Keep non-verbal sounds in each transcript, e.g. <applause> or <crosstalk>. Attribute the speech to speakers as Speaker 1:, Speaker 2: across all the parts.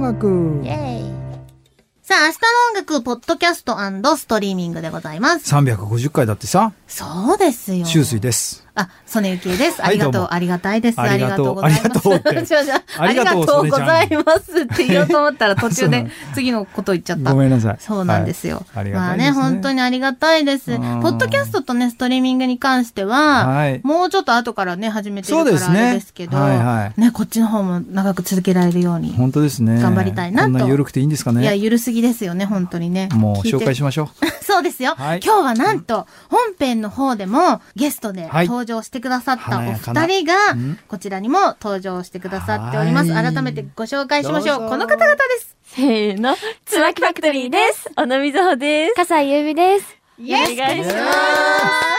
Speaker 1: 楽
Speaker 2: イェイ。さあ、明日の音楽、ポッドキャストストリーミングでございます。
Speaker 1: 350回だってさ
Speaker 2: そうですよ。
Speaker 1: 秋水です
Speaker 2: あ、曽根ゆきえです。あ
Speaker 1: は
Speaker 2: り
Speaker 1: い
Speaker 2: がと
Speaker 1: ど
Speaker 2: う
Speaker 1: う、も
Speaker 2: ありがたいです。
Speaker 1: ありがとう
Speaker 2: ありがとうござい
Speaker 1: あ
Speaker 2: ま
Speaker 1: り
Speaker 2: <laughs>
Speaker 1: が
Speaker 2: す。
Speaker 1: とう
Speaker 2: 違う違うあ
Speaker 1: あ
Speaker 2: り
Speaker 1: り
Speaker 2: が
Speaker 1: が
Speaker 2: と
Speaker 1: と
Speaker 2: う
Speaker 1: う
Speaker 2: ございますって言おうと思ったら途中
Speaker 1: そうな
Speaker 2: で
Speaker 1: の
Speaker 2: <laughs> 次のこと言っちゃった
Speaker 1: ご。めんなさい
Speaker 2: そうなんですよ。
Speaker 1: はいありが
Speaker 2: ま
Speaker 1: た
Speaker 2: あ
Speaker 1: いで
Speaker 2: ね、
Speaker 1: すね
Speaker 2: 本当にありがたいです。ポ
Speaker 1: うん
Speaker 2: ッドキャストとね、ストリーミングに関しては、
Speaker 1: はい
Speaker 2: もうちょっと後からね、始めてる
Speaker 1: そう
Speaker 2: か
Speaker 1: です
Speaker 2: らあ
Speaker 1: ね
Speaker 2: れですけど、
Speaker 1: はいは
Speaker 2: ね、こっちの方も長く続けられるように。
Speaker 1: 本当ですね
Speaker 2: 頑張りたいなと
Speaker 1: こんな緩くていいんですか
Speaker 2: いや、
Speaker 1: ね
Speaker 2: ゆるすぎですよね、本当にね。
Speaker 1: もう紹介
Speaker 2: し
Speaker 1: しましょう
Speaker 2: <laughs> そうですよ。
Speaker 1: はい
Speaker 2: 今日はなんと、本編の方でもゲストで
Speaker 1: はい
Speaker 2: 登場してくださった
Speaker 1: 華
Speaker 2: お
Speaker 1: やかな
Speaker 2: 二人が
Speaker 1: うん、
Speaker 2: こちらにも登場してくださっております。
Speaker 1: はい
Speaker 2: 改めてご紹介しましょう。
Speaker 1: どうぞ
Speaker 2: この方々です。
Speaker 3: せーの、つばきファクトリーです。小野みずほです。笠井ゆうみです。
Speaker 2: イエス
Speaker 3: お願いします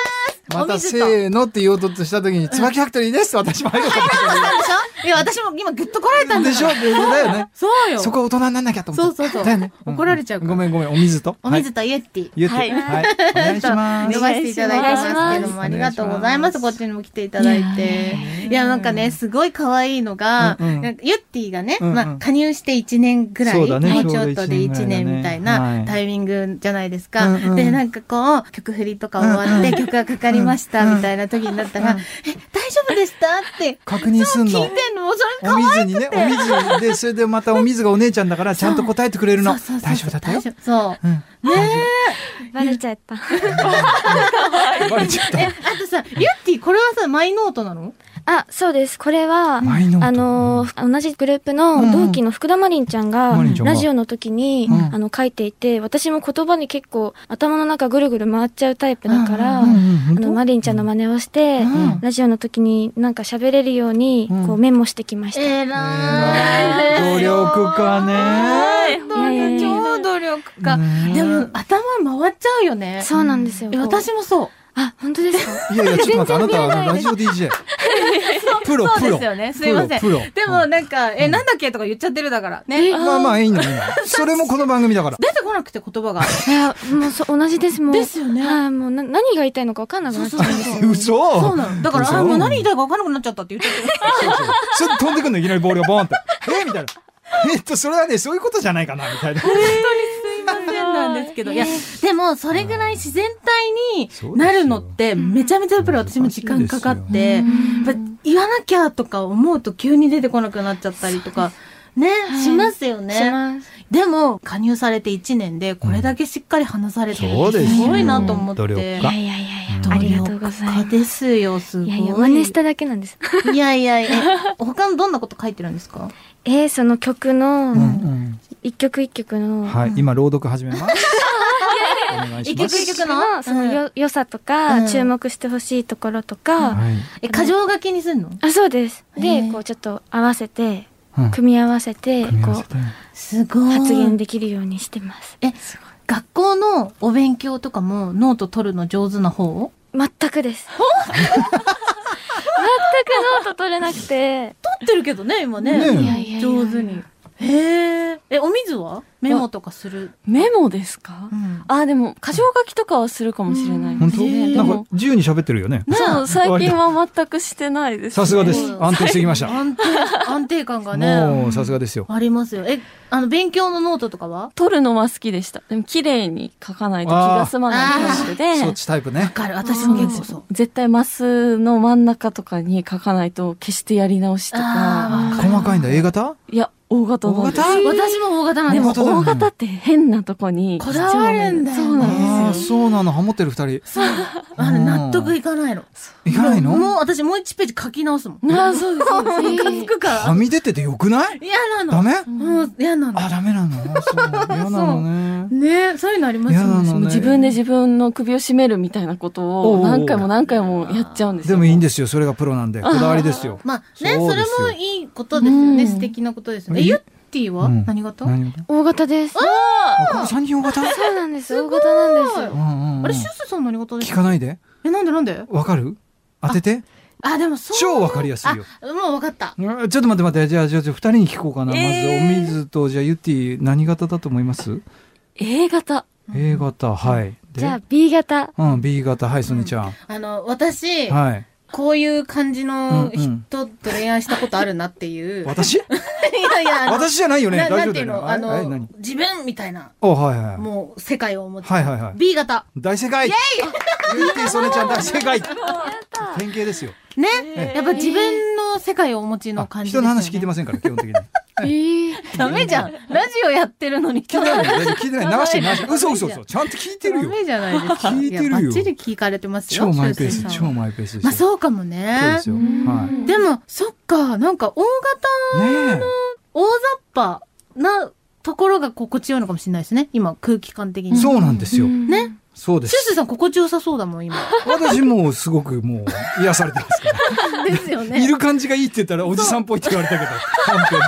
Speaker 1: <laughs> ま
Speaker 2: お
Speaker 1: た
Speaker 2: 水と
Speaker 1: せーのって言おうとした時に椿ファクトリーです私も入るか
Speaker 2: なんでしょいや、私も今グッとこられたん
Speaker 1: も
Speaker 2: だ
Speaker 1: でしょ
Speaker 2: から
Speaker 1: でだよね
Speaker 2: そうよ。
Speaker 1: そこは大人になんなきゃと思
Speaker 2: そ
Speaker 1: っ
Speaker 2: うそ
Speaker 1: て
Speaker 2: うそう
Speaker 1: だよね。ん
Speaker 2: 怒られちゃうから
Speaker 1: ごめんごめんお水と
Speaker 2: お水とイエッティ。
Speaker 1: 言って
Speaker 3: は
Speaker 1: はいいお願いします
Speaker 2: 呼ばせていただいてますけど
Speaker 1: お願いし
Speaker 2: も、
Speaker 1: ます
Speaker 2: ありがとうございます。こっちにも来ていただいて。いや、なんかね、すごい可愛いのが、
Speaker 1: うんうん
Speaker 2: なんかユッティがね、
Speaker 1: うんうん
Speaker 2: まあ、加入して1年ぐらい、
Speaker 1: そうだね
Speaker 2: もうちょっとで
Speaker 1: ちょうど
Speaker 2: 1
Speaker 1: 一
Speaker 2: 年
Speaker 1: 年ぐらいだね
Speaker 2: みたい
Speaker 1: は
Speaker 2: ないタイミングじゃないですか。
Speaker 1: うんうん
Speaker 2: で、なんかこう、曲振りとか終わって、曲がかかりました、みたいな時になったら、え、大丈夫でしたって、
Speaker 1: 確認すん
Speaker 2: 聞い
Speaker 1: の
Speaker 2: てんのもうそれ
Speaker 1: お水にね、お水で、それでまたお水がお姉ちゃんだから、ちゃんと答えてくれる
Speaker 2: そ
Speaker 1: の。
Speaker 2: うそうそう
Speaker 1: 大丈夫だったよ
Speaker 2: 大。丈夫そう。
Speaker 1: うん。ね
Speaker 3: バレちゃった。
Speaker 1: え。バレちゃった。
Speaker 2: え、あとさ、ユッティ、これはさ、マイノートなの
Speaker 4: <laughs> あ、そうです。これは、あ
Speaker 1: 舞の音
Speaker 4: のー、同じグループの同期の福田マリンちゃんが
Speaker 1: マリンちゃん、が
Speaker 4: ラジオの時に
Speaker 1: う、ん
Speaker 4: あの、書いていて、私も言葉に結構、頭の中ぐるぐる回っちゃうタイプだから、
Speaker 2: うん
Speaker 1: うん
Speaker 4: あ
Speaker 1: うん
Speaker 4: の、マリンちゃんの真似をして、
Speaker 2: ん
Speaker 4: ラジオの時になんか喋れるように、
Speaker 1: うん
Speaker 4: こうメモしてきました。
Speaker 2: えらい。
Speaker 1: えー努力家ね
Speaker 2: 本当に超努力家。
Speaker 1: ねえ
Speaker 2: でも、頭回っちゃうよね。
Speaker 4: そうなんですよ。
Speaker 2: え私もそう。
Speaker 4: あ、本当ですか
Speaker 1: いやいや、ちょっと待って、あなたはあのラジオ DJ。プロ、
Speaker 2: そう
Speaker 1: プ
Speaker 2: で
Speaker 1: ロ。
Speaker 2: すよね。すいません。
Speaker 1: プロ、プロ
Speaker 2: でも、なんか、え、なんだっけとか言っちゃってるだから。ね。
Speaker 1: まあまあ、いいの、いいの。それもこの番組だから。
Speaker 2: 出てこなくて言葉が。
Speaker 4: いや、もうそう、同じです。もう。
Speaker 2: ですよね
Speaker 4: はい、もうな、何が言いたいのか分かんなくなっちゃうんですよ。
Speaker 1: 嘘
Speaker 2: そうなの。だから、
Speaker 1: 嘘
Speaker 2: あ、もう何言いたいか分からなくなっちゃったって言っちゃってる。
Speaker 1: そうそう。それで飛んでくんの、いきなりボールがボーンって。えみたいな。えっと、それはね、そういうことじゃないかな、みたいな。
Speaker 2: すいませんなんですけど。いや、でも、それぐらい自然体になるのって、めちゃめちゃやっぱり私も時間かかって、やっぱ言わなきゃとか思うと急に出てこなくなっちゃったりとか、ね、
Speaker 4: い
Speaker 2: しますよ
Speaker 4: し
Speaker 2: ね。
Speaker 4: ます。
Speaker 2: でも、加入されて1年でこれだけしっかり話されてる
Speaker 1: そ
Speaker 2: っ
Speaker 1: う
Speaker 2: て
Speaker 1: ですすよ
Speaker 2: ごいなと思って。
Speaker 1: 努力家
Speaker 4: いやいやいやいや、あ
Speaker 2: 努
Speaker 4: りがとうございま
Speaker 2: 力家
Speaker 4: す。
Speaker 2: ですよ、すごい。
Speaker 4: いやいや、真似しただけなんです。
Speaker 2: いやいやいや、え他のどんなこと書いてるんですか
Speaker 4: えー、その曲
Speaker 1: う
Speaker 4: の、
Speaker 1: ん
Speaker 4: 一曲一曲
Speaker 1: うん。
Speaker 4: の、
Speaker 1: はい、今、朗読始めます。お願いします。
Speaker 2: 一曲一曲
Speaker 4: の、そのよ、良さと
Speaker 2: うん
Speaker 4: か、注目してほしいところとか、
Speaker 1: は
Speaker 2: え、
Speaker 1: い。
Speaker 4: <laughs>
Speaker 2: 箇条書きにすんの
Speaker 4: あ、そうです。
Speaker 2: へー
Speaker 4: で、こう、ちょっと合わせて、
Speaker 1: うん
Speaker 4: 組み合わせて、
Speaker 1: 組み合わ
Speaker 4: こ
Speaker 1: せたいな
Speaker 2: すご
Speaker 4: う、
Speaker 2: い。
Speaker 4: 発言できるようにしてます。
Speaker 2: え、学校のお勉強とかもノート取るの上手な方
Speaker 4: 全くです。 <laughs> 全くノート取れなくて、
Speaker 2: 取ってるけどね、今ね。
Speaker 1: ねえい
Speaker 4: やいやいや
Speaker 2: 上手に。へえ。え、お水はメモとかする。
Speaker 3: メモですか
Speaker 2: ん。
Speaker 3: あ、でも、箇条書きとかはするかもしれない。
Speaker 1: 本
Speaker 2: えー
Speaker 1: 当なんか自由に喋ってるよね。
Speaker 3: そう、
Speaker 1: <laughs>
Speaker 3: 最近は全くしてないです、ね。
Speaker 1: さすがです
Speaker 2: う。ん
Speaker 1: 安定してきました。
Speaker 2: 安定、 <laughs> 安定感がね。
Speaker 1: もうさすがですよ。
Speaker 2: ありますよ。え、あの、勉強のノートとかは
Speaker 3: 撮るのは好きでした。でも、綺麗に書かないと気が済まないタイプ
Speaker 1: そっ
Speaker 3: で。
Speaker 1: ちタイプね
Speaker 2: わ。かる。私も結構そう。
Speaker 3: 絶対マスの真ん中とかに書かないと消してやり直しと
Speaker 2: あ
Speaker 3: か。
Speaker 1: 細かいんだ。A 型
Speaker 3: いや、大型なんです。
Speaker 2: 私も大型なん
Speaker 3: で
Speaker 2: です
Speaker 1: 大型だ
Speaker 3: も、
Speaker 1: よ
Speaker 3: 大
Speaker 1: ね
Speaker 3: 型って変なとこに。
Speaker 2: こだわるんだよね
Speaker 3: そうなんですよ。
Speaker 1: ああ、そうなの。ハモってる二人。
Speaker 2: あれ納得いかないの。
Speaker 1: いかないの
Speaker 2: もう私もう一ページ書き直すもん。
Speaker 3: ああ、そうです。そうです
Speaker 2: ムカつくから
Speaker 1: は。み出ててよくない
Speaker 2: 嫌な
Speaker 1: ダ
Speaker 2: の。
Speaker 1: メ
Speaker 2: もう嫌なの
Speaker 1: あ、。ダメなのそう。嫌なのね。
Speaker 2: ねそういうのあります
Speaker 1: 嫌
Speaker 2: よ
Speaker 1: な
Speaker 2: ね。
Speaker 1: のね。
Speaker 3: <laughs> 自分で自分の首を絞めるみたいなこと
Speaker 1: おうお
Speaker 3: を
Speaker 1: う
Speaker 3: 何回も何回もやっちゃうんですよ。
Speaker 1: でもいいんですよ。それがプロなんで。こだわりですよ。
Speaker 2: まあね、そ
Speaker 1: そう
Speaker 2: れ
Speaker 1: ですよ
Speaker 2: もいいことですよね。
Speaker 3: うん
Speaker 2: 素敵なことですよね。
Speaker 1: う
Speaker 2: え、
Speaker 1: ん
Speaker 2: ユッティは
Speaker 1: うん
Speaker 2: 何事あ
Speaker 1: 何事
Speaker 4: 大型です。
Speaker 1: あ、この三人大型
Speaker 4: そうなんです。大型なんです
Speaker 1: う
Speaker 4: よ。
Speaker 1: んうんうん
Speaker 2: れ、シュスさん何事です
Speaker 1: 聞かないで。
Speaker 2: え、なんでなんで
Speaker 1: わかる当てて。
Speaker 2: あ、でもそう。
Speaker 1: 超わかりやすいよ。
Speaker 2: あ、もうわかった。
Speaker 1: うんちょっと待って待って、じゃあ、じゃあ、じゃあ、二人に聞こうかな。
Speaker 2: えー
Speaker 1: まず、お水と、じゃあ、ゆってぃ、何型だと思います
Speaker 3: A 型。
Speaker 1: ?A 型、はい。で
Speaker 4: じゃあ、B 型。
Speaker 1: うん、B 型、はい、すねちゃん。
Speaker 2: あの、私、
Speaker 1: はい。
Speaker 2: こういう感じの
Speaker 1: うんうん
Speaker 2: 人と恋愛したことあるなっていう。
Speaker 1: 私
Speaker 2: やいや、あの
Speaker 1: 私じゃないよね。
Speaker 2: な
Speaker 1: 大
Speaker 2: な
Speaker 1: 丈
Speaker 2: ん
Speaker 1: 夫
Speaker 2: て
Speaker 1: だ
Speaker 2: いう
Speaker 1: よね。
Speaker 2: の
Speaker 1: あ
Speaker 2: あ
Speaker 1: れあれ
Speaker 2: の
Speaker 1: 何、
Speaker 2: 自分みたいな、
Speaker 1: あ、はいはい。
Speaker 2: もう世界を持って。
Speaker 1: はいはいはい
Speaker 2: B 型。
Speaker 1: 大正解イエイゆってぃそねちゃん大正解典型ですよ。
Speaker 2: ね。やっぱ自分の世界をお持ちの
Speaker 1: あ
Speaker 2: 感じです
Speaker 1: 人
Speaker 2: よね。
Speaker 1: の話聞いてませんから、基本的に。
Speaker 2: ダメじゃん。ラジオやってるのに
Speaker 1: 聞いてないよ聞いてない。流してない。流してない嘘嘘
Speaker 2: ダメ
Speaker 1: 嘘。ちゃんと聞いてる
Speaker 2: ダ
Speaker 1: よ。
Speaker 2: メじゃないですか。
Speaker 1: 聞いてるよ
Speaker 2: やバッチリ聞かれてますよ。
Speaker 1: 超マイペー
Speaker 2: 修正
Speaker 1: ス、
Speaker 2: さん
Speaker 1: 超マイペースですよ。
Speaker 2: まあそうかも
Speaker 1: そう
Speaker 2: ね
Speaker 1: で。すよ。は
Speaker 2: でも、そっか、なんか大型、
Speaker 1: い。ねえ。
Speaker 2: 大雑把なところが心地よいのかもしれないですね。今、空気感的に。。
Speaker 1: そううなんですよ。
Speaker 2: ね。
Speaker 1: そうで
Speaker 2: シュウ
Speaker 1: す。
Speaker 2: スイさん心地よさそうだも
Speaker 1: <laughs>
Speaker 2: ん、今。
Speaker 1: 私もうすごくもう癒されてますから。
Speaker 2: ですよね。<laughs>
Speaker 1: い
Speaker 2: すい
Speaker 1: る感じがいいって言ったらおじさんっぽいって言われたけど。本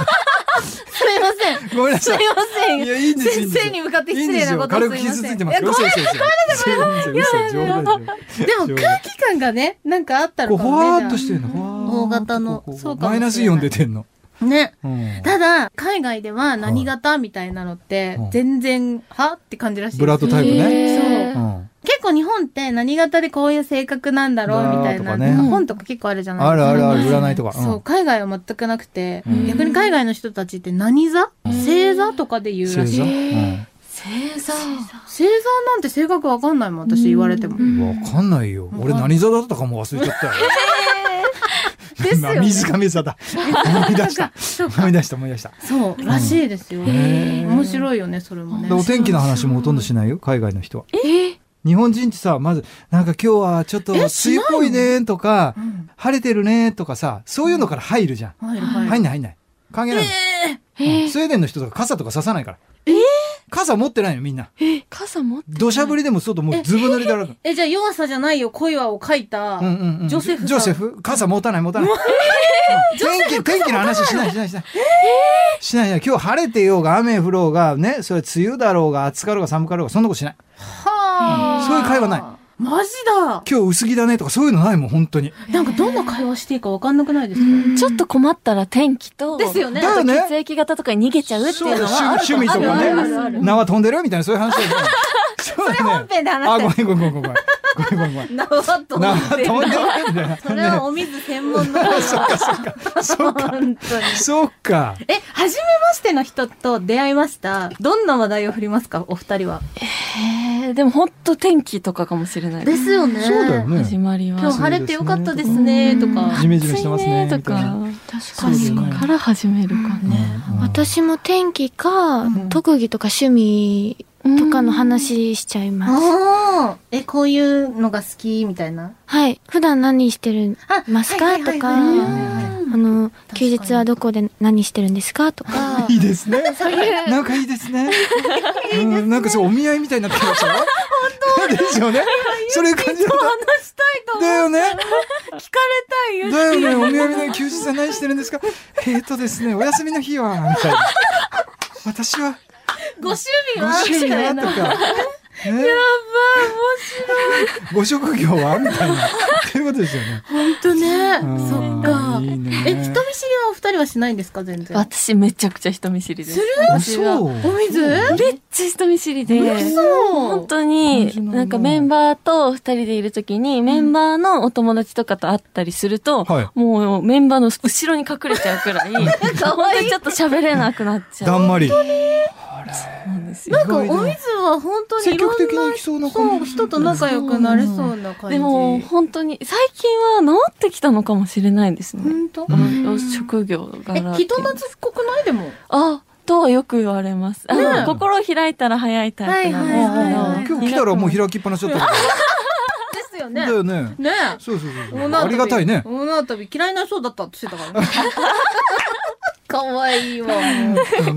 Speaker 2: ません。
Speaker 1: 当にごめんな
Speaker 2: すい
Speaker 1: さい。
Speaker 2: ません。
Speaker 1: いや、いいんですよ。いいん
Speaker 2: 先
Speaker 1: です
Speaker 2: 生
Speaker 1: よ
Speaker 2: に向かって失礼なこと
Speaker 1: いいんですよ軽く傷ついてま
Speaker 2: や
Speaker 1: すよ。
Speaker 2: ご
Speaker 1: 嘘嘘嘘。全然嘘冗
Speaker 2: め
Speaker 1: 談
Speaker 2: んでも
Speaker 1: 冗
Speaker 2: 空
Speaker 1: 談
Speaker 2: 気感がね、なんかあったの
Speaker 1: こう
Speaker 2: か
Speaker 1: ほ
Speaker 2: もね。
Speaker 1: わーっと
Speaker 2: じゃ
Speaker 1: してるの。ほわーっと
Speaker 2: 大型の
Speaker 1: こうこう
Speaker 2: そうかもしれない
Speaker 1: マイナスイオン出てんの。
Speaker 2: あね。
Speaker 1: うん
Speaker 2: ただ、海外では何型みたいなのって
Speaker 1: はい、
Speaker 2: 全然、はって感じらしいです。
Speaker 1: ブラッドタイプね。
Speaker 2: そう。
Speaker 1: うん
Speaker 2: 結構日本って何型でこういう性格なんだろうみたいな、
Speaker 1: ブラとかね
Speaker 2: 本とか結構あるじゃない
Speaker 1: あ
Speaker 2: です
Speaker 1: る
Speaker 2: か。
Speaker 1: あるある、占いとか。
Speaker 2: そう、海外は全くなくて、
Speaker 1: うん
Speaker 2: 逆に海外の人たちって何座星座とかで言うら
Speaker 1: 星
Speaker 2: しい。
Speaker 1: 座。
Speaker 2: 星
Speaker 1: う
Speaker 3: 星座。
Speaker 2: 座なんて性格わかんないもん、私言われても。
Speaker 1: んわかんないよ。俺何座だったかも忘れちゃったよ。
Speaker 2: ですよね
Speaker 1: 今 <laughs> 水亀座だ。思い出した。
Speaker 2: そうか
Speaker 1: 思い出した思い出した。
Speaker 2: そう、らしいですよ。
Speaker 1: へー
Speaker 2: 面白いよね、それもね
Speaker 1: で。お天気の話もほとんどしないよ、海外の人は。
Speaker 3: え
Speaker 1: 日本人ってさ、まず、なんか今日はちょっと梅
Speaker 2: え
Speaker 1: 雨っ
Speaker 2: しないの
Speaker 1: ぽいねとか
Speaker 2: う、ん
Speaker 1: 晴れてるねとかさ、そういうのから入るじゃん。
Speaker 2: 入る入る。
Speaker 1: 入んない入んない。関係ないの。うんスウェーデンの人とか傘とかささないから。傘持ってないのみんな。
Speaker 3: え傘持って
Speaker 1: 土砂降りでも外もうずぶ濡れだらけ。
Speaker 2: え、じゃあ弱さじゃないよ、恋はを書いた。
Speaker 1: うんうんうん
Speaker 2: ジョセフさん
Speaker 1: ジョセフ傘持たない持たない。うん天気、天気の話しないしないしない。しないしない。今日晴れてようが雨降ろうが、ね、それ梅雨だろうが暑かろうが寒かろうが、そんなことしない。
Speaker 2: はあ、
Speaker 1: そういう会話ない
Speaker 2: マジだ。
Speaker 1: 今日薄着だねとかそういうのないもん、本当に。
Speaker 2: なんかどんな会話していいかわかんなくないですか、
Speaker 3: ちょっと困ったら天気と、
Speaker 2: ですよね
Speaker 1: だよね
Speaker 3: 血液型とかに逃げちゃうっていうのはある
Speaker 1: 趣味
Speaker 2: ある
Speaker 1: 趣味とか
Speaker 2: あるあるあ
Speaker 1: ね
Speaker 2: る
Speaker 1: 縄飛んでるみたいなそういう話だよ
Speaker 2: <laughs>
Speaker 1: ねそうだね
Speaker 2: 本編で
Speaker 1: あご
Speaker 2: 話し
Speaker 1: めんごめんごめんごめんごめんご
Speaker 2: <laughs>
Speaker 1: めん
Speaker 2: てなわと思
Speaker 1: 縄
Speaker 2: っ
Speaker 1: 飛ん
Speaker 2: て
Speaker 1: で
Speaker 2: る
Speaker 1: るみたいな
Speaker 2: それはお水専門
Speaker 1: <laughs>
Speaker 2: の会話。
Speaker 1: そ
Speaker 2: 本
Speaker 1: うか
Speaker 2: 当に。
Speaker 1: そうか
Speaker 2: え、初めましての人と出会いました。どんな話題を振りますかお二人は。
Speaker 3: えーでもほんと天気とかかもしれない。
Speaker 2: すよね
Speaker 1: そうだよね
Speaker 3: 始まりは。
Speaker 2: 今日晴れてよかったですね、とか。
Speaker 1: ジメジメしてますね
Speaker 3: 暑いと
Speaker 1: みたいな
Speaker 3: か
Speaker 1: う。
Speaker 4: 確
Speaker 1: かにそうだよね
Speaker 3: から始めるかね。
Speaker 1: うん
Speaker 4: 私も天気か、
Speaker 2: ん
Speaker 4: 特技とか趣味とかの話しちゃいます。。
Speaker 2: ああ。え、こういうのが好きみたいな。はい
Speaker 4: 普段何してる
Speaker 2: あ
Speaker 4: ますかとか、
Speaker 2: うん
Speaker 4: あの、
Speaker 2: 確か
Speaker 4: 休
Speaker 2: に
Speaker 4: 日はどこで何してるんですかとか。
Speaker 1: いいですねなん <laughs> かいいですねうんなんかそうお見合いみたいになってきましたよ本当ですよねそういう感じだっ
Speaker 2: 話したいと
Speaker 1: た
Speaker 2: 思
Speaker 1: だよね
Speaker 2: う。聞かれたい
Speaker 1: だよね、お土産の休日は何してるんですかえーとですね、お休みの日は、みたいな。私は、
Speaker 2: ご趣味
Speaker 1: ご
Speaker 2: は
Speaker 1: 趣味はと
Speaker 2: みたいな
Speaker 1: か、ね、ご職業はみたいな。っていうことですよね。
Speaker 2: 本当ね。そっ
Speaker 1: あ
Speaker 2: か
Speaker 1: ー。いいね
Speaker 2: え、人見知りはお二人はしないんですか全然。
Speaker 3: 私めちゃくちゃ人見知りで
Speaker 2: す
Speaker 3: す。
Speaker 2: る
Speaker 1: あ
Speaker 3: 私は
Speaker 1: そう。
Speaker 2: お水
Speaker 3: めっちゃ人見知りで。
Speaker 2: そう
Speaker 3: 本。当に、なんかメンバーと二人でいるときに、メンバーのお友達とかと会ったりすると、
Speaker 1: はい
Speaker 3: もうメンバーの後ろに隠れちゃうくら
Speaker 2: <laughs>
Speaker 3: い、本当にちょっと喋れなくなっちゃ
Speaker 1: だ
Speaker 3: うん
Speaker 1: まり。
Speaker 3: ですよ。
Speaker 2: なんか、お水は本当にい
Speaker 1: 積
Speaker 2: ろんな
Speaker 1: 極的に行きそうな
Speaker 2: そ
Speaker 1: 感
Speaker 2: う、
Speaker 1: じ。
Speaker 2: 人と仲良くなれそうな感じ。
Speaker 3: でも、本当に、最近は治ってきたのかもしれないですね。
Speaker 2: 本当
Speaker 3: お職業
Speaker 2: え
Speaker 3: 柄、っていう
Speaker 2: 人懐っこくないでも。
Speaker 3: あ、とはよく言われます。あの、
Speaker 1: ねえ
Speaker 3: 心を開いたら早いタイプなんですけ
Speaker 2: はい
Speaker 3: ど、
Speaker 2: はいはいはい
Speaker 1: 今日来たらもう開きっぱなしだったか
Speaker 2: ですよ
Speaker 1: ら。だ。よね。
Speaker 2: ね
Speaker 1: そうそうそうそう。
Speaker 2: 女
Speaker 1: あ
Speaker 2: 遊び
Speaker 1: りがたいね。
Speaker 2: 女遊び嫌いな人だったって言ってたからね。かわいいわ。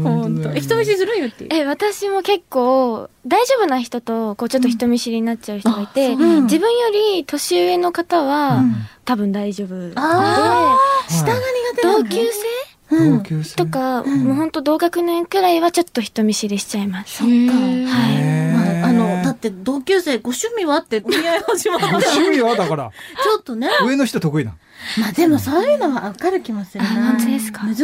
Speaker 1: 本
Speaker 2: え人見知りするよって。
Speaker 4: え、私も結構、大丈夫な人と、こう、ちょっと人見知りになっちゃう人がいて、
Speaker 2: うん
Speaker 4: 自分より年上の方は、多分大丈夫で、
Speaker 2: あ
Speaker 1: 下が
Speaker 4: 同級生
Speaker 1: 同級生。
Speaker 4: とか、もうほんと同学年くらいはちょっと人見知りしちゃいます。
Speaker 2: か。
Speaker 4: はい。
Speaker 1: へー
Speaker 2: まあ、あの、だって同級生、ご趣味はってお見合い始まった
Speaker 1: ご
Speaker 2: よね。
Speaker 1: 趣味はだ <laughs> から、
Speaker 2: ちょっとね。
Speaker 1: 上の人得意な。
Speaker 2: まあでもそういうのはわかる気もする
Speaker 4: あ
Speaker 2: な。
Speaker 4: 本当ですか
Speaker 2: 難し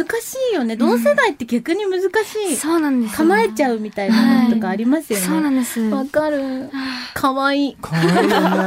Speaker 2: いよね。同世代って逆に難しい。
Speaker 4: そうなんですよ。
Speaker 2: 構えちゃうみたいなのとかありますよね。
Speaker 4: そうなんです。
Speaker 2: わかる。かわいい。
Speaker 1: 可愛いよ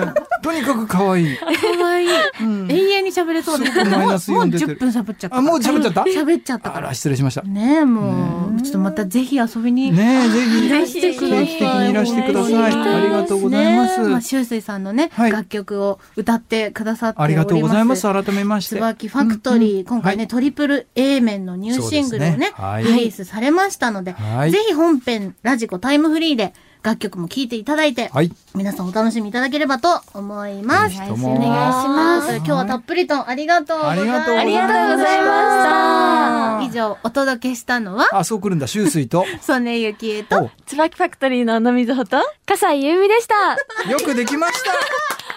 Speaker 1: ね。とにかく可愛い。
Speaker 2: 可愛い。
Speaker 1: うん
Speaker 2: <laughs> 永遠に喋れそうです
Speaker 1: ちょっとマイナス
Speaker 2: もう
Speaker 1: イオ
Speaker 2: もう
Speaker 1: ン出てる
Speaker 2: 10分喋っちゃった。
Speaker 1: あもう喋っちゃった
Speaker 2: 喋っちゃった
Speaker 1: あ
Speaker 2: から
Speaker 1: ら。失礼しました。
Speaker 2: ねえ、もう、ちょっとまたぜひ遊びに。
Speaker 1: ねえ、ぜひ。
Speaker 2: ぜひ
Speaker 1: 定期的にいらしてくだ
Speaker 2: お
Speaker 1: さ
Speaker 2: 願
Speaker 1: い。
Speaker 2: します
Speaker 1: ありがとうございます。
Speaker 2: ねまあ、しゅうすいさんのね、
Speaker 1: はい
Speaker 2: 楽曲を歌ってくださってお
Speaker 1: あ
Speaker 2: り
Speaker 1: り
Speaker 2: ます。
Speaker 1: がとうございます。。改めまして。
Speaker 2: 椿ファクトリー、今回ね、
Speaker 1: はい
Speaker 2: トリプル A 面のニューシングルを
Speaker 1: そうで
Speaker 2: ね
Speaker 1: すね、はい
Speaker 2: リリースされましたので、
Speaker 1: はい
Speaker 2: ぜひ本編、ラジコタイムフリーで楽曲も聴いていただいて、
Speaker 1: はい。
Speaker 2: 皆さんお楽しみいただければと思います。
Speaker 1: どう
Speaker 4: お願いし
Speaker 1: も。
Speaker 4: ます。
Speaker 2: 今日はたっぷりとありがとうございました。
Speaker 1: ありがと
Speaker 3: うございま
Speaker 2: 以上、お届けしたのは、
Speaker 1: あ、そう来るんだ。秋
Speaker 2: <laughs>
Speaker 1: 水と。
Speaker 2: ソネユキエと、
Speaker 1: お
Speaker 3: 椿ファクトリーの野水ほと、
Speaker 4: 笠井ゆうみでした。
Speaker 1: よくできま
Speaker 2: <laughs>
Speaker 1: し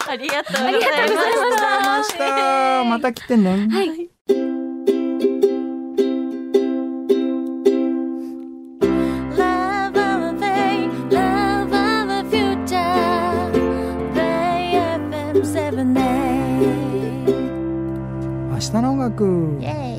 Speaker 1: た。
Speaker 3: ありがとうござい
Speaker 4: ありがとうございました。
Speaker 1: ました。また来てね。
Speaker 4: Love our day, love our future. Bay FM 78.
Speaker 1: 明日の音楽。
Speaker 4: Yay.